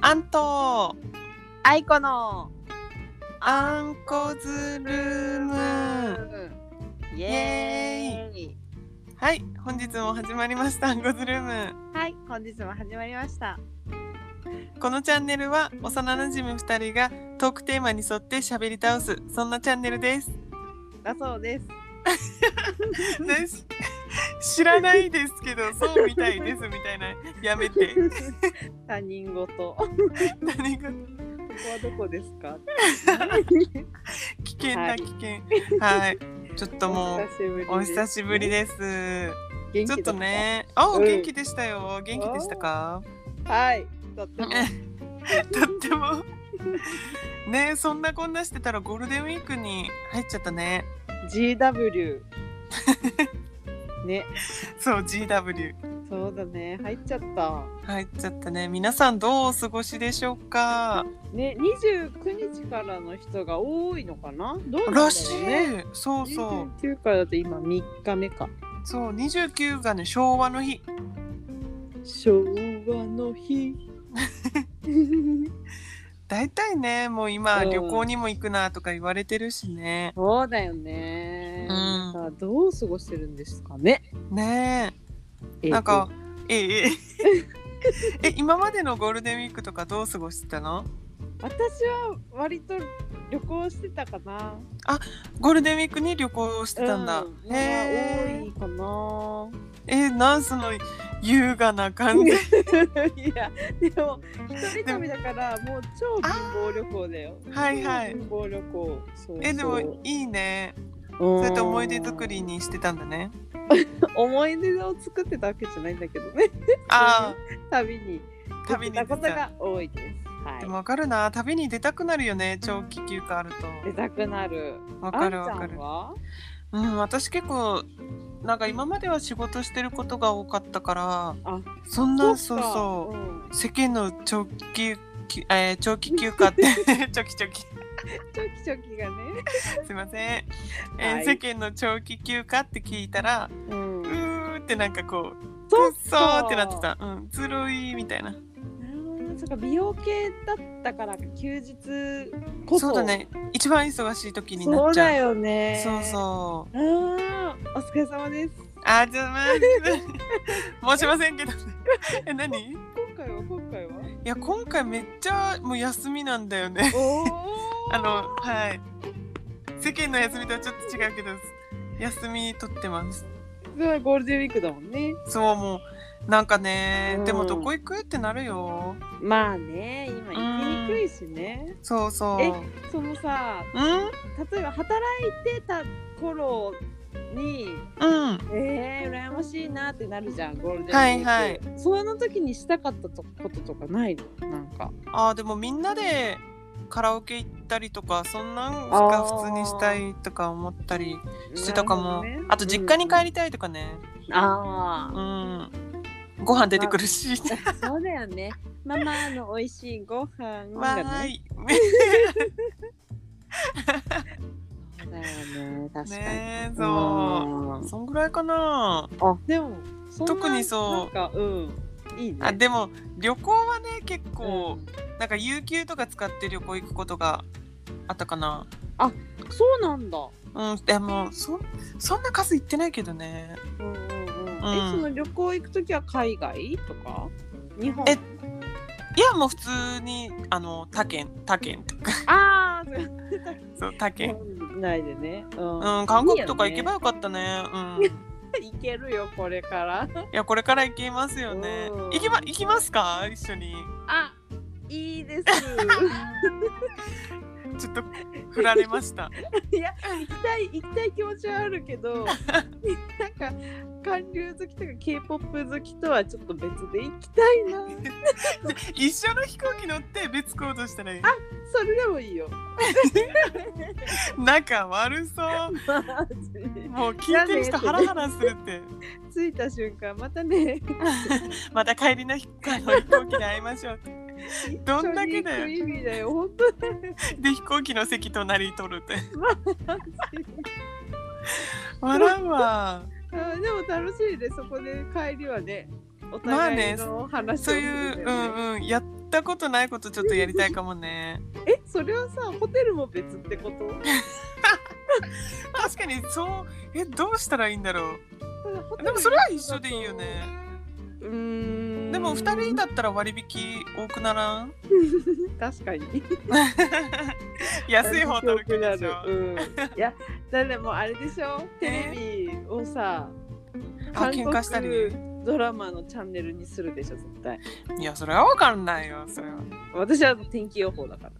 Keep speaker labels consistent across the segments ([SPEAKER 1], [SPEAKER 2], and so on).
[SPEAKER 1] アント
[SPEAKER 2] あいこの
[SPEAKER 1] アンコズルーム
[SPEAKER 2] イエーイ
[SPEAKER 1] はい本日も始まりましたアンコズルーム
[SPEAKER 2] はい本日も始まりました
[SPEAKER 1] このチャンネルは幼なじみ2人がトークテーマに沿って喋り倒すそんなチャンネルです
[SPEAKER 2] だそうです
[SPEAKER 1] です知らないですけどそうみたいですみたいなやめて
[SPEAKER 2] 他人事ここ
[SPEAKER 1] 何が
[SPEAKER 2] はどこですか
[SPEAKER 1] 危険
[SPEAKER 2] は
[SPEAKER 1] だ
[SPEAKER 2] い
[SPEAKER 1] 危険はいちょっともうお
[SPEAKER 2] お
[SPEAKER 1] 久
[SPEAKER 2] 久
[SPEAKER 1] し
[SPEAKER 2] し
[SPEAKER 1] ぶ
[SPEAKER 2] ぶ
[SPEAKER 1] り
[SPEAKER 2] りで
[SPEAKER 1] です
[SPEAKER 2] 元気
[SPEAKER 1] ちょっ
[SPEAKER 2] です
[SPEAKER 1] と
[SPEAKER 2] か
[SPEAKER 1] ねあお
[SPEAKER 2] うん
[SPEAKER 1] 元気でしたよ元気でしたか
[SPEAKER 2] はい とっても
[SPEAKER 1] とっても ねそんなこんなしてたらゴールデンウィークに入っちゃったね
[SPEAKER 2] GW ね
[SPEAKER 1] そう GW
[SPEAKER 2] そうだね入っちゃった
[SPEAKER 1] 入っちゃったね皆さんどうお過ごしでしょうか
[SPEAKER 2] ね29日からの人が多いのかなどうなんだろ
[SPEAKER 1] らし
[SPEAKER 2] う
[SPEAKER 1] い
[SPEAKER 2] ね
[SPEAKER 1] そうそう
[SPEAKER 2] 29からだと今3日目か
[SPEAKER 1] そう29がね昭和の日
[SPEAKER 2] 昭和の日
[SPEAKER 1] 大体ねもう今
[SPEAKER 2] うん
[SPEAKER 1] 旅行にも行くなとか言われてるしね
[SPEAKER 2] そうだよね、
[SPEAKER 1] うん
[SPEAKER 2] なんかどう過ごしてるんですかね
[SPEAKER 1] ねえなんかええ えええ今までのゴールデンウィークとかどう過ごしてたの
[SPEAKER 2] えっと私は割と旅行してたかな
[SPEAKER 1] ゴールデンウィークに旅行してたんだ。
[SPEAKER 2] うん、
[SPEAKER 1] へ
[SPEAKER 2] 多いかな
[SPEAKER 1] え。え、なんその優雅な 感じ。
[SPEAKER 2] いやでも一人旅だからもう超貧乏旅行だよ
[SPEAKER 1] はいはい
[SPEAKER 2] 超貧乏旅行そうそう
[SPEAKER 1] え、でもいいね。
[SPEAKER 2] そ
[SPEAKER 1] そうやって思い出作りにしてたんだね。
[SPEAKER 2] 思い出を作ってたわけじゃないんだけどね
[SPEAKER 1] あ
[SPEAKER 2] 旅に
[SPEAKER 1] あ、旅に
[SPEAKER 2] 出
[SPEAKER 1] 出
[SPEAKER 2] たこと
[SPEAKER 1] た。
[SPEAKER 2] が多いですは
[SPEAKER 1] で
[SPEAKER 2] い
[SPEAKER 1] もわかるな。旅に出たくなるよね。長期休暇ある
[SPEAKER 2] 出たくなる
[SPEAKER 1] と。わかるわ
[SPEAKER 2] あ
[SPEAKER 1] か
[SPEAKER 2] んちゃ
[SPEAKER 1] る
[SPEAKER 2] ん。は
[SPEAKER 1] うん、私結構。なんか今までは仕事してることが多かったから
[SPEAKER 2] あ、
[SPEAKER 1] そんなそうそう
[SPEAKER 2] ん
[SPEAKER 1] う世間の長期き、えー長期休暇 ってチョキチョキ
[SPEAKER 2] チョキチョキがね、
[SPEAKER 1] すいません、えー
[SPEAKER 2] はい
[SPEAKER 1] 世間の長期休暇って聞いたらう
[SPEAKER 2] う、
[SPEAKER 1] んーってなんかこう
[SPEAKER 2] そう
[SPEAKER 1] くっそーってなってたうんずるいみたいな
[SPEAKER 2] そっか美容系だったから休日こそ
[SPEAKER 1] そうだね一番忙しい時にな
[SPEAKER 2] そ
[SPEAKER 1] っ
[SPEAKER 2] う
[SPEAKER 1] ち
[SPEAKER 2] だ
[SPEAKER 1] ゃう
[SPEAKER 2] よね
[SPEAKER 1] そうそう
[SPEAKER 2] うあーお疲れ様です
[SPEAKER 1] あじゃあまあ申しませんけどね え何い
[SPEAKER 2] 今回は今回は
[SPEAKER 1] や今回めっちゃもう休みなんだよね
[SPEAKER 2] お
[SPEAKER 1] あのはい世間の休みとはちょっと違うけど休み取ってます
[SPEAKER 2] のゴールデンウィークだもんね
[SPEAKER 1] そうもうなんかね、
[SPEAKER 2] うん
[SPEAKER 1] でもどこ行くってなるよ
[SPEAKER 2] まあね今行きにくいしね
[SPEAKER 1] そうそう
[SPEAKER 2] えそのさ
[SPEAKER 1] うん
[SPEAKER 2] 例えば働いてた頃に
[SPEAKER 1] うん
[SPEAKER 2] えー、羨ましいなってなるじゃんゴールデンウィーク
[SPEAKER 1] はいはい
[SPEAKER 2] その時にしたかったとこととかないのなんか
[SPEAKER 1] あーでもみんなでカラオケ行ったりとかそんなんが普通にしたいとか思ったりしてたかも、
[SPEAKER 2] なるほどね
[SPEAKER 1] あと実家に帰りたいとかね
[SPEAKER 2] うんあ
[SPEAKER 1] うん、ご飯出てくるし、
[SPEAKER 2] あそうだ よねママの美味しいご飯
[SPEAKER 1] わ
[SPEAKER 2] が
[SPEAKER 1] ー
[SPEAKER 2] ね
[SPEAKER 1] い
[SPEAKER 2] そうだよね確かに、
[SPEAKER 1] ねえそうそんぐらいかな
[SPEAKER 2] うんあでもそんな
[SPEAKER 1] 特にそう
[SPEAKER 2] なんかうんいいね
[SPEAKER 1] あでも旅行はね結構、
[SPEAKER 2] うん
[SPEAKER 1] なんか有給とか使って旅行行くことがあったかな
[SPEAKER 2] そうなんだ
[SPEAKER 1] うんでもそそんな数行ってないけどね
[SPEAKER 2] うんうんうん、
[SPEAKER 1] うん
[SPEAKER 2] えその旅行行く時は海外とか日本
[SPEAKER 1] えいやもう普通にあの他県他県とか
[SPEAKER 2] ああそういう
[SPEAKER 1] そう他県
[SPEAKER 2] ことないでねうん、
[SPEAKER 1] うん、韓国とか行けばよかったね。うん。 い
[SPEAKER 2] いけるよこれから。
[SPEAKER 1] や、これから行けますよね
[SPEAKER 2] うん。
[SPEAKER 1] 行きま、行きますか、一緒に。
[SPEAKER 2] あい いです。
[SPEAKER 1] ちょっと振られま した。
[SPEAKER 2] いや行きたい行きたい気持ちはあるけどなんか韓流好きとか k p o p 好きとはちょっと別で行きたいな。
[SPEAKER 1] 一緒の飛行機乗って、別行動したらいい。
[SPEAKER 2] それでもい いよ。
[SPEAKER 1] 仲悪そう。
[SPEAKER 2] マジ
[SPEAKER 1] もう聞いてる人ハラハラするって。
[SPEAKER 2] 着いた瞬間またね
[SPEAKER 1] また帰りの飛あの飛行機で会いま しょう。どんだけだよ
[SPEAKER 2] 一緒に行く意味だよ本当
[SPEAKER 1] で、飛行機の席隣取るっ て。
[SPEAKER 2] に。
[SPEAKER 1] 笑う わ。
[SPEAKER 2] あでも楽しいねそこで帰りはね
[SPEAKER 1] ま
[SPEAKER 2] お
[SPEAKER 1] あ
[SPEAKER 2] 互い
[SPEAKER 1] ね
[SPEAKER 2] の話を
[SPEAKER 1] そう
[SPEAKER 2] する
[SPEAKER 1] い
[SPEAKER 2] んだ
[SPEAKER 1] う、
[SPEAKER 2] よね
[SPEAKER 1] うんうん、やっったことないことちょっとやりたいかもね。
[SPEAKER 2] えそれはさホテルも別ってこと
[SPEAKER 1] 確かにそうえどうしたらいいんだろ
[SPEAKER 2] ホテ
[SPEAKER 1] う。
[SPEAKER 2] ル
[SPEAKER 1] でもそれは一緒でいいよね。
[SPEAKER 2] うーん
[SPEAKER 1] でも2人だったら割引多くな らん
[SPEAKER 2] 確かに
[SPEAKER 1] 安い方取るけでしょ。
[SPEAKER 2] うん、いやだってもうあれでしょテレビをさ
[SPEAKER 1] あ喧嘩したり
[SPEAKER 2] ドラマのチャンネルにするでしょ絶対
[SPEAKER 1] いやそれは分かんないよそれは。
[SPEAKER 2] 私は天気予報だか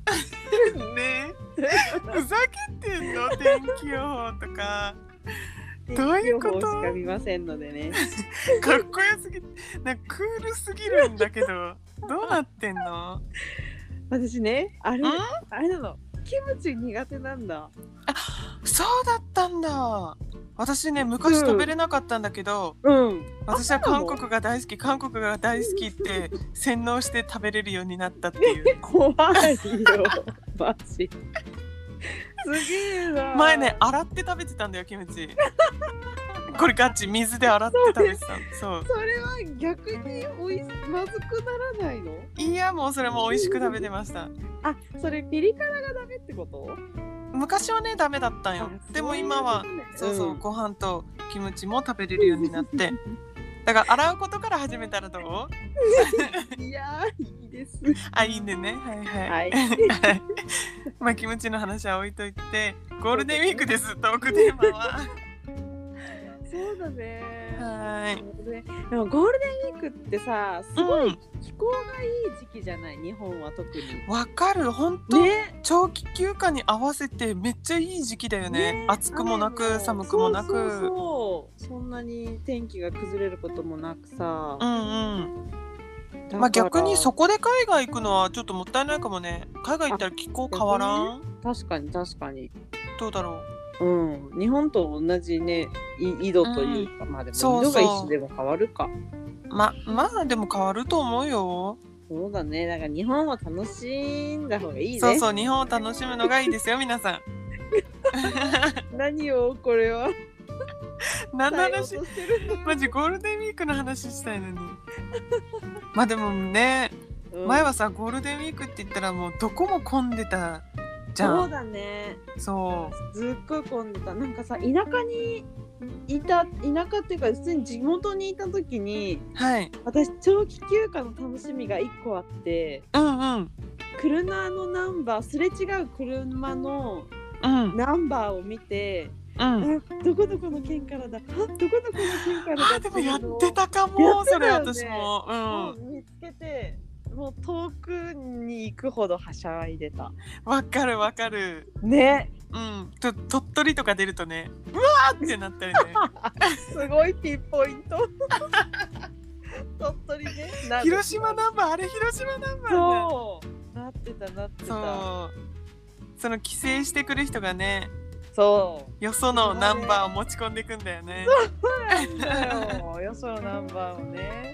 [SPEAKER 2] ら
[SPEAKER 1] ねえふざけてんの天気予報とか どういうこと
[SPEAKER 2] 天気予報しか見ませんのでね
[SPEAKER 1] かっこよすぎなんかクールすぎるんだけどどうなってんの
[SPEAKER 2] 私ねあれ
[SPEAKER 1] ん
[SPEAKER 2] あれなのキムチ苦手なんだ
[SPEAKER 1] そうだったんだ私ね昔食べれなかったんだけど、
[SPEAKER 2] うん
[SPEAKER 1] 私は韓国が大好き韓国が大好きって洗脳して食べれるようになったっていう
[SPEAKER 2] 怖いよマジすげえな
[SPEAKER 1] 前ね洗って食べてたんだよキムチこれガチ水で洗って食べてたのそう
[SPEAKER 2] それは逆においまずくならないの
[SPEAKER 1] いやもうそれも美味しく食べてました
[SPEAKER 2] あそれピリ辛がダメってこと
[SPEAKER 1] 昔はねダメだったんよでも今はそうそう、ご飯とキムチも食べれるようになってだから洗うことから始めたらどう
[SPEAKER 2] いやーいいです
[SPEAKER 1] あいいんでねはいはい、
[SPEAKER 2] はい
[SPEAKER 1] まあキムチの話は置いといてゴールデンウィークですトークテーマは
[SPEAKER 2] そうだね
[SPEAKER 1] はーい
[SPEAKER 2] ででもゴールデンウィークってさすご
[SPEAKER 1] う
[SPEAKER 2] い
[SPEAKER 1] ん
[SPEAKER 2] 気候がいい時期じゃない日本は特に。
[SPEAKER 1] わかる本当、
[SPEAKER 2] ね、
[SPEAKER 1] 長期休暇に合わせてめっちゃいい時期だよね暑くもな
[SPEAKER 2] 雨
[SPEAKER 1] く寒くもなく
[SPEAKER 2] そうそうそうそんなに天気が崩れることもなくさ、
[SPEAKER 1] うんうん
[SPEAKER 2] だから
[SPEAKER 1] まあ逆にそこで海外行くのはちょっともったいないかもね海外行ったら気候変わらん
[SPEAKER 2] 確かに確かに、
[SPEAKER 1] どうだろう
[SPEAKER 2] うん、日本と同じねい緯度というか、まあでも
[SPEAKER 1] そう
[SPEAKER 2] 緯
[SPEAKER 1] そう
[SPEAKER 2] 度が一緒でも変わるか
[SPEAKER 1] ままあでも変わると思うよ。
[SPEAKER 2] そうだねだから日本は楽しんだ方がいいね
[SPEAKER 1] そうそう日本を楽しむのがいい ですよ皆さ
[SPEAKER 2] 何をこれは
[SPEAKER 1] ん。何の
[SPEAKER 2] 伝えよう
[SPEAKER 1] 話
[SPEAKER 2] としてる、
[SPEAKER 1] マジゴールデンウィークの話したい のに。まあでもね
[SPEAKER 2] うん
[SPEAKER 1] 前はさゴールデンウィークって言ったらもうどこも混んでたじゃ。
[SPEAKER 2] そうんだね
[SPEAKER 1] そう
[SPEAKER 2] すっごい混んでたなんかさ田舎にいた田舎っていうか普通に地元にいた時に
[SPEAKER 1] はい
[SPEAKER 2] 私長期休暇の楽しみが1個あって
[SPEAKER 1] うんうん
[SPEAKER 2] 車のナンバーすれ違う車の
[SPEAKER 1] うん
[SPEAKER 2] ナンバーを見て、
[SPEAKER 1] うん。
[SPEAKER 2] あどこどこの県からだあどこどこの県からだ
[SPEAKER 1] あでもや
[SPEAKER 2] いうの
[SPEAKER 1] っ
[SPEAKER 2] を
[SPEAKER 1] てたか
[SPEAKER 2] や
[SPEAKER 1] も
[SPEAKER 2] って
[SPEAKER 1] そ
[SPEAKER 2] た
[SPEAKER 1] れ
[SPEAKER 2] よね
[SPEAKER 1] 私も。
[SPEAKER 2] も
[SPEAKER 1] う
[SPEAKER 2] う見つけてもう遠くに行くほどはしゃいでた
[SPEAKER 1] んわかるわかる。
[SPEAKER 2] ね
[SPEAKER 1] うんと鳥取とか出るとねうわーってな ったりね。
[SPEAKER 2] すごいピンポイント鳥取ねなんか
[SPEAKER 1] 広島ナンバーあれ広島ナンバーね。
[SPEAKER 2] そうなってたなってた
[SPEAKER 1] そうその帰省してくる人がね
[SPEAKER 2] そう
[SPEAKER 1] よそのナンバーを持ち込んでいくんだよね
[SPEAKER 2] なんだよよそのナンバーをね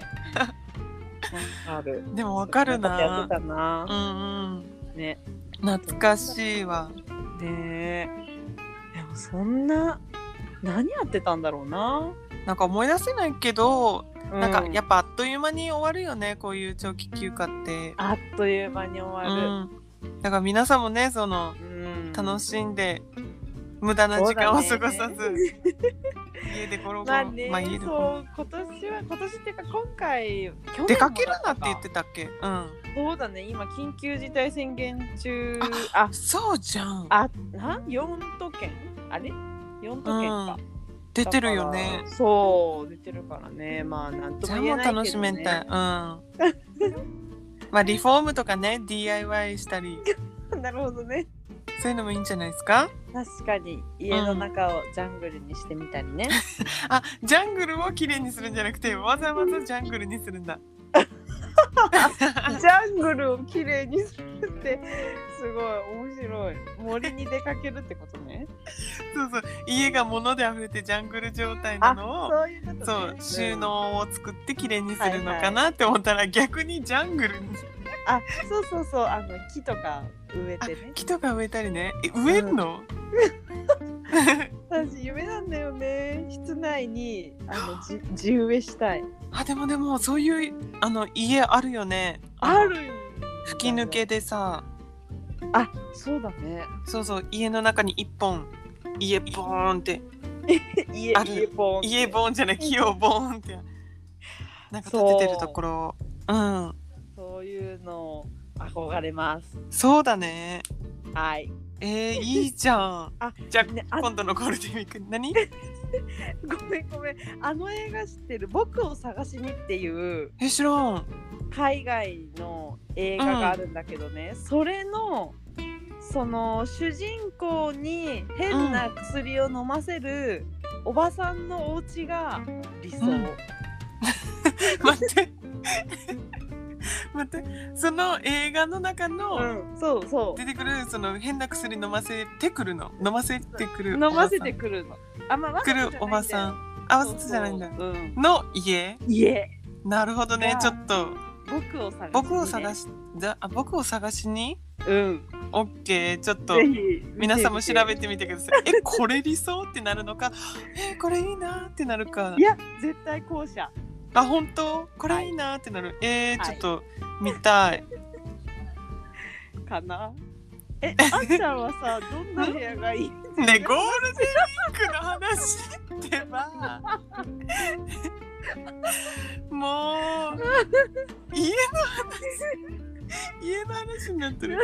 [SPEAKER 2] ある
[SPEAKER 1] でもわかる
[SPEAKER 2] やっ
[SPEAKER 1] な
[SPEAKER 2] てたな
[SPEAKER 1] う、んうん
[SPEAKER 2] ね
[SPEAKER 1] 懐かしいわ
[SPEAKER 2] ねえでもそんな何やってたんだろうな、
[SPEAKER 1] なんか思い出せないけど、なんかや
[SPEAKER 2] っ
[SPEAKER 1] っぱあっという間に終わるよねこういう長期休暇って、
[SPEAKER 2] あっという間に終わ
[SPEAKER 1] う
[SPEAKER 2] る、
[SPEAKER 1] ん、だから皆さんもねその
[SPEAKER 2] うん
[SPEAKER 1] 楽しんで無駄な時間を過ごさ
[SPEAKER 2] そ
[SPEAKER 1] ず、
[SPEAKER 2] う だね
[SPEAKER 1] 家でゴロゴロ、
[SPEAKER 2] まあね、
[SPEAKER 1] まあ家でゴロ
[SPEAKER 2] そう今年は今年っていうか今回去年も
[SPEAKER 1] 出かけるなって言っ
[SPEAKER 2] だ
[SPEAKER 1] てたっけうん
[SPEAKER 2] たそうだね今緊急事態宣言中あ
[SPEAKER 1] そうじゃん
[SPEAKER 2] あ、なん四都県あれ四都県か。
[SPEAKER 1] 出てるよね
[SPEAKER 2] だから。そう、出てるからね。まあ、なんと
[SPEAKER 1] じ
[SPEAKER 2] も
[SPEAKER 1] ゃあも
[SPEAKER 2] 言え
[SPEAKER 1] う
[SPEAKER 2] ないけど、ね。
[SPEAKER 1] 楽しめたい。うん。ま あリフォームとかね DIY したり
[SPEAKER 2] なるほどね。
[SPEAKER 1] そういうのもいいんじゃないですか
[SPEAKER 2] 確かに、家の中をジャングルにしてみたりね。
[SPEAKER 1] あジャングルをきれいにするんじゃなくてわざわざジャングルにする んだ
[SPEAKER 2] ジャングルをきれいにするって、すごい面白い。森に出かけるってことね。
[SPEAKER 1] そうそう家が物で溢れてジャングル状態なのを
[SPEAKER 2] そういうことね。
[SPEAKER 1] そう収
[SPEAKER 2] ん。
[SPEAKER 1] 納を作ってきれいにするのかなって思ったら逆にジャングルに
[SPEAKER 2] あ、そうそうそう。あの、木とか植えてね。
[SPEAKER 1] 木とか植えたりねえ植えるの、
[SPEAKER 2] 私、夢なんだよね。室内に、あ の、じ地植えしたい。
[SPEAKER 1] あでもでもそういうあの家あるよね
[SPEAKER 2] あるん
[SPEAKER 1] 吹き抜けでさ
[SPEAKER 2] あそうだね
[SPEAKER 1] そうそう家の中に一本家ボーンって
[SPEAKER 2] 家
[SPEAKER 1] ある
[SPEAKER 2] 家ボーンって
[SPEAKER 1] 家ボーンじゃない木をボーンってなんか建ててるところうん
[SPEAKER 2] そういうの憧れます
[SPEAKER 1] そうだね
[SPEAKER 2] はい
[SPEAKER 1] えー、 いいじゃん
[SPEAKER 2] あ
[SPEAKER 1] じゃあ
[SPEAKER 2] ねあ
[SPEAKER 1] 今度のゴールデンウィーク 何
[SPEAKER 2] ごめんごめんあの映画知ってる「僕を探しに」っていう
[SPEAKER 1] え知らん
[SPEAKER 2] 海外の映画があるんだけどね、それのその主人公に変な薬を飲ませるおばさんのお家が理想、
[SPEAKER 1] うん待って待ってその映画の中の、
[SPEAKER 2] うんそうそう
[SPEAKER 1] 出てくるその変な薬飲ませてくるの飲ませてくる
[SPEAKER 2] 飲ませてくるのあまあわざ
[SPEAKER 1] く
[SPEAKER 2] とじゃ
[SPEAKER 1] る
[SPEAKER 2] ないんだよ
[SPEAKER 1] おばさんあわせてじゃないんだ
[SPEAKER 2] そうそううん
[SPEAKER 1] の家
[SPEAKER 2] いえ
[SPEAKER 1] なるほどね
[SPEAKER 2] が
[SPEAKER 1] ちょっと
[SPEAKER 2] 僕を探しに
[SPEAKER 1] 僕を探し
[SPEAKER 2] ね、
[SPEAKER 1] だあ僕を探しに
[SPEAKER 2] うん
[SPEAKER 1] オッケーちょっと
[SPEAKER 2] ぜひ
[SPEAKER 1] 皆さんも調
[SPEAKER 2] て
[SPEAKER 1] べてみてくださいえこれ理想ってなるのかえこれいいなってなるか
[SPEAKER 2] いや絶対後者
[SPEAKER 1] あ本当これいいなってなるえー、
[SPEAKER 2] は
[SPEAKER 1] ちょ
[SPEAKER 2] い
[SPEAKER 1] っと見たい
[SPEAKER 2] かなえあっちゃんはさどんな部屋がいい
[SPEAKER 1] ねゴールデンウィークの話ってばもう家の話家の話になってる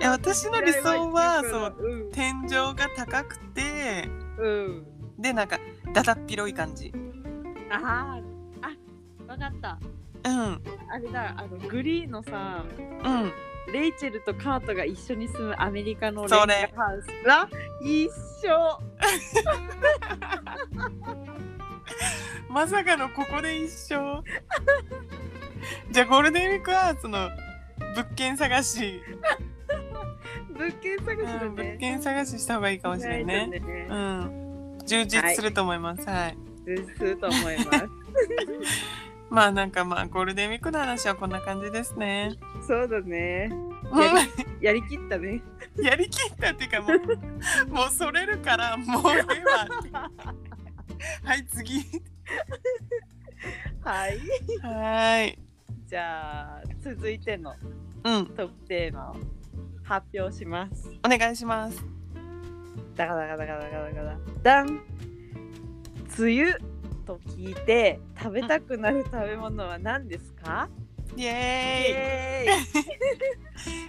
[SPEAKER 1] いや私の理想はそう
[SPEAKER 2] うん
[SPEAKER 1] 天井が高くて
[SPEAKER 2] うん
[SPEAKER 1] でなんかだだっ広い感じ
[SPEAKER 2] あーあわかった
[SPEAKER 1] うんうん
[SPEAKER 2] あれだあのグリーのさレイチェルとカートが一緒に住むアメリカのレンジ
[SPEAKER 1] そ
[SPEAKER 2] ハ
[SPEAKER 1] れ
[SPEAKER 2] ウスが一緒
[SPEAKER 1] まさかのここで一緒じゃあゴールデンウィークはその物件探し、
[SPEAKER 2] 物件探し
[SPEAKER 1] う
[SPEAKER 2] だ
[SPEAKER 1] ん、物
[SPEAKER 2] ね、
[SPEAKER 1] 件探しした方がいいかもしれないね
[SPEAKER 2] 意外とね
[SPEAKER 1] うん、充実すると思います。はい、
[SPEAKER 2] 充実すると思います
[SPEAKER 1] まあなんかまあゴールデンウィークの話はこんな感じですね。
[SPEAKER 2] そうだね
[SPEAKER 1] や
[SPEAKER 2] やりきったね
[SPEAKER 1] り やりきったっていうかもうもうそれるからもうでははい次
[SPEAKER 2] はい
[SPEAKER 1] はーい
[SPEAKER 2] じゃあ続いての
[SPEAKER 1] うん
[SPEAKER 2] トップテーマを発表します
[SPEAKER 1] お願いします。
[SPEAKER 2] だガだガだガだガだガだダン梅雨と聞いて食べたくなる食べ物は何ですか、
[SPEAKER 1] イエーイ。
[SPEAKER 2] えーイ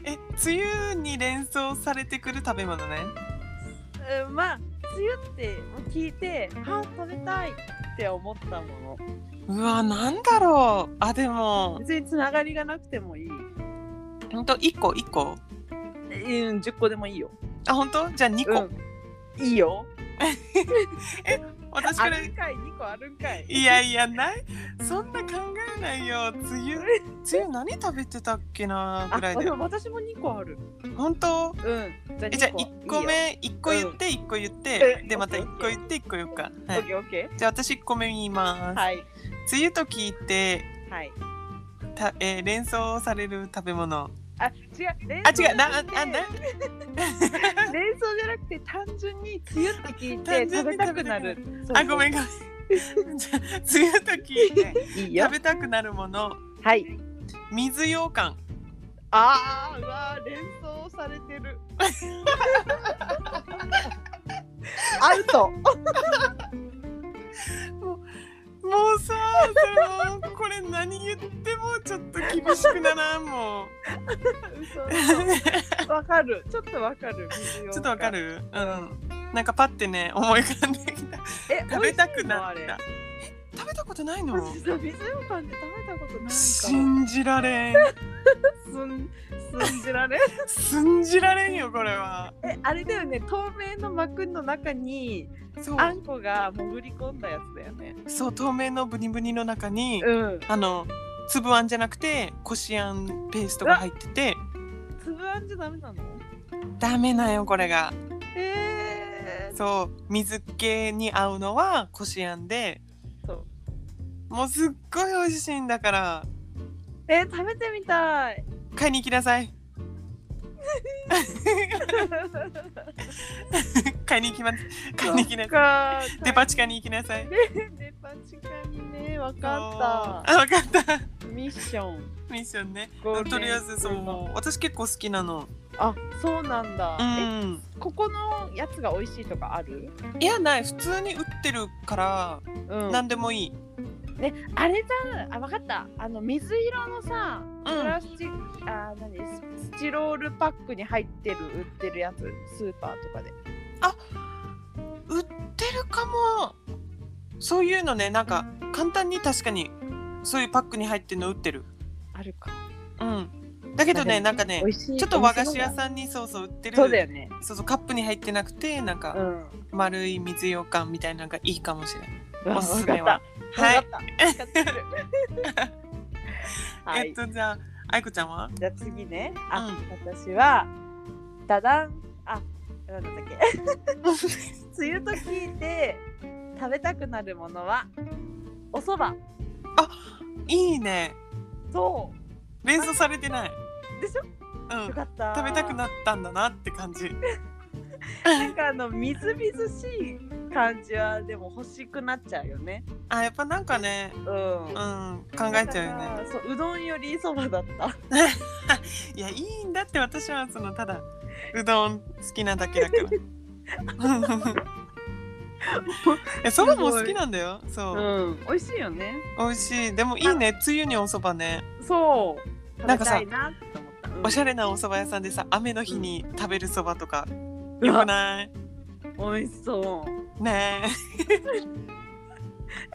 [SPEAKER 1] え梅雨に連想されてくる食べ物ね。
[SPEAKER 2] うんまあ梅雨って聞いてあ食べたいって思ったもの
[SPEAKER 1] うわなんだろう。あでも
[SPEAKER 2] 別につながりがなくてもいい
[SPEAKER 1] 本当一個一個。
[SPEAKER 2] えうん10個でもいいよ
[SPEAKER 1] あ本当じゃあ二個。
[SPEAKER 2] うん、いいよ
[SPEAKER 1] 私か
[SPEAKER 2] あ
[SPEAKER 1] ら
[SPEAKER 2] るんかい2個あるんかい
[SPEAKER 1] いやいやないそんな考えないよ梅雨梅雨何食べてたっけな
[SPEAKER 2] あ
[SPEAKER 1] ぐらいだ
[SPEAKER 2] で
[SPEAKER 1] よ
[SPEAKER 2] も私も2個ある
[SPEAKER 1] 本当
[SPEAKER 2] うんじゃあ
[SPEAKER 1] えじゃあ
[SPEAKER 2] 二
[SPEAKER 1] 1個目1個言って1個言っ
[SPEAKER 2] う
[SPEAKER 1] て
[SPEAKER 2] ん
[SPEAKER 1] でまた
[SPEAKER 2] オッケ
[SPEAKER 1] 1
[SPEAKER 2] ー
[SPEAKER 1] 個言って1個言おうか
[SPEAKER 2] い
[SPEAKER 1] はいい
[SPEAKER 2] よオッケーオッケ
[SPEAKER 1] じゃあ私1個目言いま
[SPEAKER 2] ーはい
[SPEAKER 1] す梅雨と聞いて
[SPEAKER 2] はい
[SPEAKER 1] た、えー連想される食べ物
[SPEAKER 2] あ違う
[SPEAKER 1] あ違うなああな
[SPEAKER 2] 連想じゃなくて単純に梅雨って聞い
[SPEAKER 1] 単
[SPEAKER 2] て
[SPEAKER 1] 純
[SPEAKER 2] 食
[SPEAKER 1] に
[SPEAKER 2] べたくなる。
[SPEAKER 1] あごめん
[SPEAKER 2] ん。
[SPEAKER 1] ごめん じゃあ梅雨と聞いて
[SPEAKER 2] いいよ
[SPEAKER 1] 食。べたくなるもの
[SPEAKER 2] はい。
[SPEAKER 1] 水羊羹
[SPEAKER 2] ああ、うわー連想されてる。 アウト。
[SPEAKER 1] もうさそれもうこれ何言ってもちょっと厳しくならんもう
[SPEAKER 2] 嘘嘘わかる。ちょっとわかる。
[SPEAKER 1] ちょっとわか。るうんなんかパッてね思い浮かんできた
[SPEAKER 2] え、
[SPEAKER 1] 食べたくなっ
[SPEAKER 2] 美味
[SPEAKER 1] たえ食べたことない
[SPEAKER 2] しいのあれ。
[SPEAKER 1] の
[SPEAKER 2] 嘘水ようかんって食べたことないから。すん
[SPEAKER 1] 信じられん
[SPEAKER 2] すんじられん。
[SPEAKER 1] 信じられんよこれは
[SPEAKER 2] え、あれだよね。透明の膜の中に
[SPEAKER 1] そう
[SPEAKER 2] あんこが潜り込んだやつだよね。
[SPEAKER 1] そう透明のブニブニの中に
[SPEAKER 2] うん。
[SPEAKER 1] あの粒あんじゃなくてこしあんペーストが入ってて
[SPEAKER 2] 粒あんじゃダメなの
[SPEAKER 1] ダメなんよこれが
[SPEAKER 2] えー、
[SPEAKER 1] そう水気に合うのはこしあんで
[SPEAKER 2] そう
[SPEAKER 1] もうすっごい美味しいんだから
[SPEAKER 2] えー食べてみた い
[SPEAKER 1] 買いに行きなさい買いに行きます買いに行きなさい
[SPEAKER 2] か
[SPEAKER 1] デパ地下に行きなさい
[SPEAKER 2] デパ地下にねわかっ
[SPEAKER 1] あ分かった
[SPEAKER 2] た水ミッション
[SPEAKER 1] ミッションね
[SPEAKER 2] ゴールデン
[SPEAKER 1] とりあえずそ
[SPEAKER 2] ブルーの
[SPEAKER 1] う私結構好きなの
[SPEAKER 2] あそうなんだ、
[SPEAKER 1] う
[SPEAKER 2] え
[SPEAKER 1] ん
[SPEAKER 2] ここのやつが美味しいとかある、
[SPEAKER 1] いやない普通に売ってるから
[SPEAKER 2] うん、
[SPEAKER 1] 何でもいい
[SPEAKER 2] ね、あれだあ分かったあの水色のさ
[SPEAKER 1] ん
[SPEAKER 2] プラスチック、あ何ススチロールパックに入ってる売ってるやつスーパーとかで
[SPEAKER 1] 売ってるかもそういうのねなんか簡単に確かにそういうパックに入ってるの売ってる
[SPEAKER 2] あるか
[SPEAKER 1] うんだけどね
[SPEAKER 2] ま
[SPEAKER 1] な
[SPEAKER 2] あ
[SPEAKER 1] んかね
[SPEAKER 2] 美味しい
[SPEAKER 1] ちょっと和菓子屋
[SPEAKER 2] ん
[SPEAKER 1] さんにそうそう売ってる
[SPEAKER 2] そうだよね
[SPEAKER 1] そうそうカップに入ってなくてなん
[SPEAKER 2] う
[SPEAKER 1] か
[SPEAKER 2] ん
[SPEAKER 1] 丸い水羊羹みたいなのがいいかもしれない
[SPEAKER 2] わ
[SPEAKER 1] おすすめは
[SPEAKER 2] わ
[SPEAKER 1] は
[SPEAKER 2] か
[SPEAKER 1] い
[SPEAKER 2] ったわかった使ってくるは
[SPEAKER 1] えっ
[SPEAKER 2] い
[SPEAKER 1] とじゃあ愛子ちゃん は
[SPEAKER 2] じゃあ次ねあ、
[SPEAKER 1] うん
[SPEAKER 2] 私はダダンあなんだっけ 梅雨と聞いて食べたくなるものはお蕎麦
[SPEAKER 1] いいね
[SPEAKER 2] そ
[SPEAKER 1] 連想されてないう
[SPEAKER 2] でしょ
[SPEAKER 1] うん
[SPEAKER 2] よかった
[SPEAKER 1] 食べたくなったんだなって感じ
[SPEAKER 2] なんかあのみずみずしい感じはでも欲しくなっちゃうよね。
[SPEAKER 1] あやっぱなんかね
[SPEAKER 2] うん。
[SPEAKER 1] うん考えちゃうよね
[SPEAKER 2] ね。そううどんよりそばだった。
[SPEAKER 1] いやいいんだって私はそのただうどん好きなだけだから えそばも好きなんだよそう、
[SPEAKER 2] うん。美味しいよね。
[SPEAKER 1] 美味しいでもいいね梅雨におそばね
[SPEAKER 2] そう。
[SPEAKER 1] なんかさ
[SPEAKER 2] 食べたいなって思った。うん
[SPEAKER 1] おしゃれなおそば屋さんでさ雨の日に食べるそばとか、
[SPEAKER 2] う
[SPEAKER 1] よ
[SPEAKER 2] わ
[SPEAKER 1] くない
[SPEAKER 2] 美味しそう。
[SPEAKER 1] ね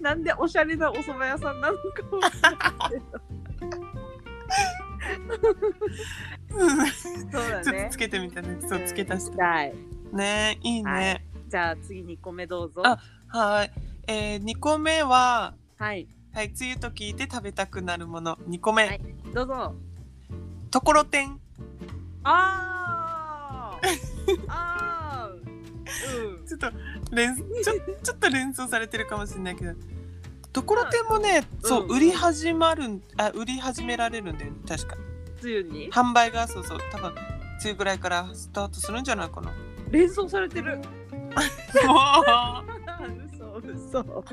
[SPEAKER 1] え
[SPEAKER 2] なんでおしゃれなお蕎麦屋さんなのかわかんないけど。そう だ
[SPEAKER 1] ちょっ
[SPEAKER 2] ね
[SPEAKER 1] と。つけてみたねそう付け足し
[SPEAKER 2] うん
[SPEAKER 1] て
[SPEAKER 2] たい。
[SPEAKER 1] ねえいいね
[SPEAKER 2] じゃあ次2個目どうぞ。
[SPEAKER 1] あはいえー、2個目は
[SPEAKER 2] はい。
[SPEAKER 1] はい、梅雨と聞いて食べたくなるもの2個目、
[SPEAKER 2] はいどうぞ。
[SPEAKER 1] ところてん
[SPEAKER 2] あ ーあー。うん。
[SPEAKER 1] ちょっと連ちょちょっと連想されてるかもしれないけどところてんもね、
[SPEAKER 2] うん
[SPEAKER 1] そう
[SPEAKER 2] うん
[SPEAKER 1] 売り始まるんあ売り始められるんだよね確か
[SPEAKER 2] 梅雨に
[SPEAKER 1] 販売がそうそう多分梅雨ぐらいからスタートするんじゃないかな
[SPEAKER 2] 連想されてる
[SPEAKER 1] も
[SPEAKER 2] 嘘嘘そう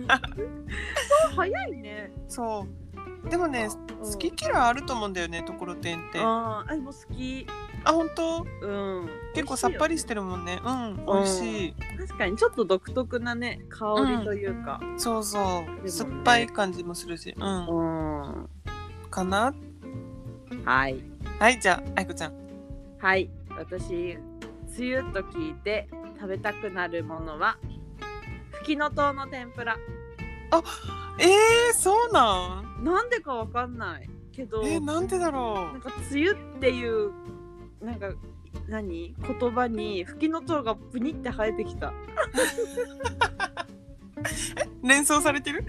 [SPEAKER 2] 早いね
[SPEAKER 1] うそうでもね
[SPEAKER 2] うん
[SPEAKER 1] 好き嫌いあると思うんだよねところてんってあ
[SPEAKER 2] あーあでも好き
[SPEAKER 1] 本当
[SPEAKER 2] うん
[SPEAKER 1] 結構さっぱ
[SPEAKER 2] り
[SPEAKER 1] りしてるもんねうん美味しい、
[SPEAKER 2] 確かにちょっと独特なね香りというか
[SPEAKER 1] そうそう、
[SPEAKER 2] ね
[SPEAKER 1] 酸っぱい感じもするしうん、
[SPEAKER 2] うん、
[SPEAKER 1] かな
[SPEAKER 2] はい
[SPEAKER 1] はいじゃあ愛子ちゃん
[SPEAKER 2] はい私梅雨と聞いて食べたくなるものはフキノトウの天ぷら
[SPEAKER 1] えー、そうなん
[SPEAKER 2] なんでかわかんないけど
[SPEAKER 1] えー、なんでだろ
[SPEAKER 2] なん
[SPEAKER 1] う
[SPEAKER 2] か梅雨っていうなんか何言葉にフキノトウがブニって生えてき た
[SPEAKER 1] 連想されてる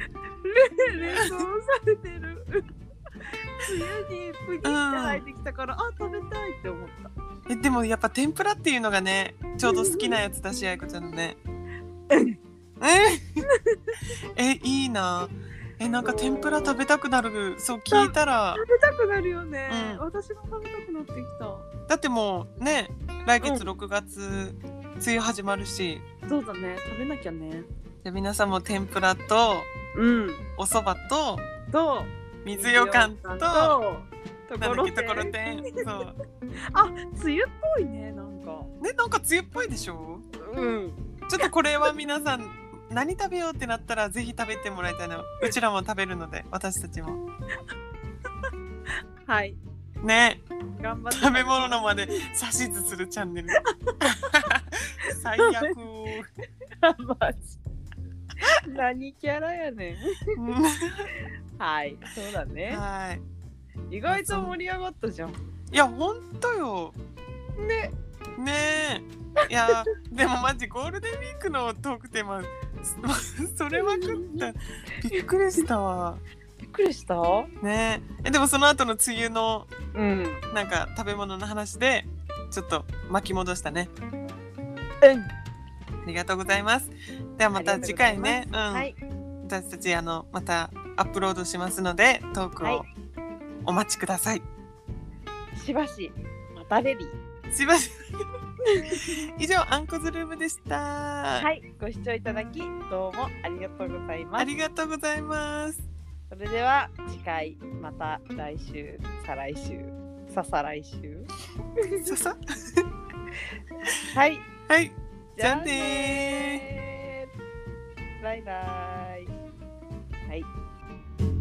[SPEAKER 2] 連想されてる梅雨にブニって生えてきたから、あ食べたいって思った
[SPEAKER 1] えでもやっぱ天ぷらっていうのがねちょうど好きなやつだし愛子ちゃんのね
[SPEAKER 2] うん
[SPEAKER 1] ええいいなえなんか天ぷら食べたくなるそう聞いたら
[SPEAKER 2] 食べたくなるよね、
[SPEAKER 1] うん
[SPEAKER 2] 私も食べたくなってき
[SPEAKER 1] だってもうね来月
[SPEAKER 2] うん
[SPEAKER 1] 6月、梅雨始まるしじ
[SPEAKER 2] たそうだね食べなきゃね
[SPEAKER 1] ゃあ皆さんも天ぷらと
[SPEAKER 2] うん
[SPEAKER 1] お蕎麦と
[SPEAKER 2] と
[SPEAKER 1] 水ようかんと
[SPEAKER 2] 水
[SPEAKER 1] な
[SPEAKER 2] と
[SPEAKER 1] ん
[SPEAKER 2] とこ
[SPEAKER 1] だっ
[SPEAKER 2] ろ
[SPEAKER 1] け
[SPEAKER 2] て
[SPEAKER 1] ところ
[SPEAKER 2] ん
[SPEAKER 1] てんそう
[SPEAKER 2] あ梅雨っぽいねなんか
[SPEAKER 1] ねなんか梅雨っぽいでしょ
[SPEAKER 2] うん
[SPEAKER 1] ちょっとこれは皆さん何食べようってなったらぜひ食べてもらいたいなうちらも食べるので私たちも
[SPEAKER 2] はい
[SPEAKER 1] ね
[SPEAKER 2] 頑張って
[SPEAKER 1] 食べ物のまで指図するチャン ネル最悪
[SPEAKER 2] マジ何キャラやねんはいそうだね
[SPEAKER 1] はい
[SPEAKER 2] 意外と盛り上がったじゃん
[SPEAKER 1] いやほんとよ
[SPEAKER 2] ね
[SPEAKER 1] ねえいやでもマジゴールデンウィークのトークテーマ それまくったびっくりしたわ
[SPEAKER 2] びっくりした
[SPEAKER 1] ねええでもその後の梅雨の
[SPEAKER 2] うんうん
[SPEAKER 1] なんか食べ物の話でちょっと巻き戻したねありがとうございます。ではまた次回ね、うん、
[SPEAKER 2] はい
[SPEAKER 1] 私たちあのまたアップロードしますのでトーク
[SPEAKER 2] はい
[SPEAKER 1] をお待ちください。
[SPEAKER 2] しばしまたレビー
[SPEAKER 1] すいません。以上アンコズルームでした。
[SPEAKER 2] はいご視聴いただきどうもありがとうございます
[SPEAKER 1] ありがとうございます。
[SPEAKER 2] それでは次回また来週再来週ささ来週
[SPEAKER 1] ささ
[SPEAKER 2] はい
[SPEAKER 1] はいじゃあねー
[SPEAKER 2] ーバイバイはい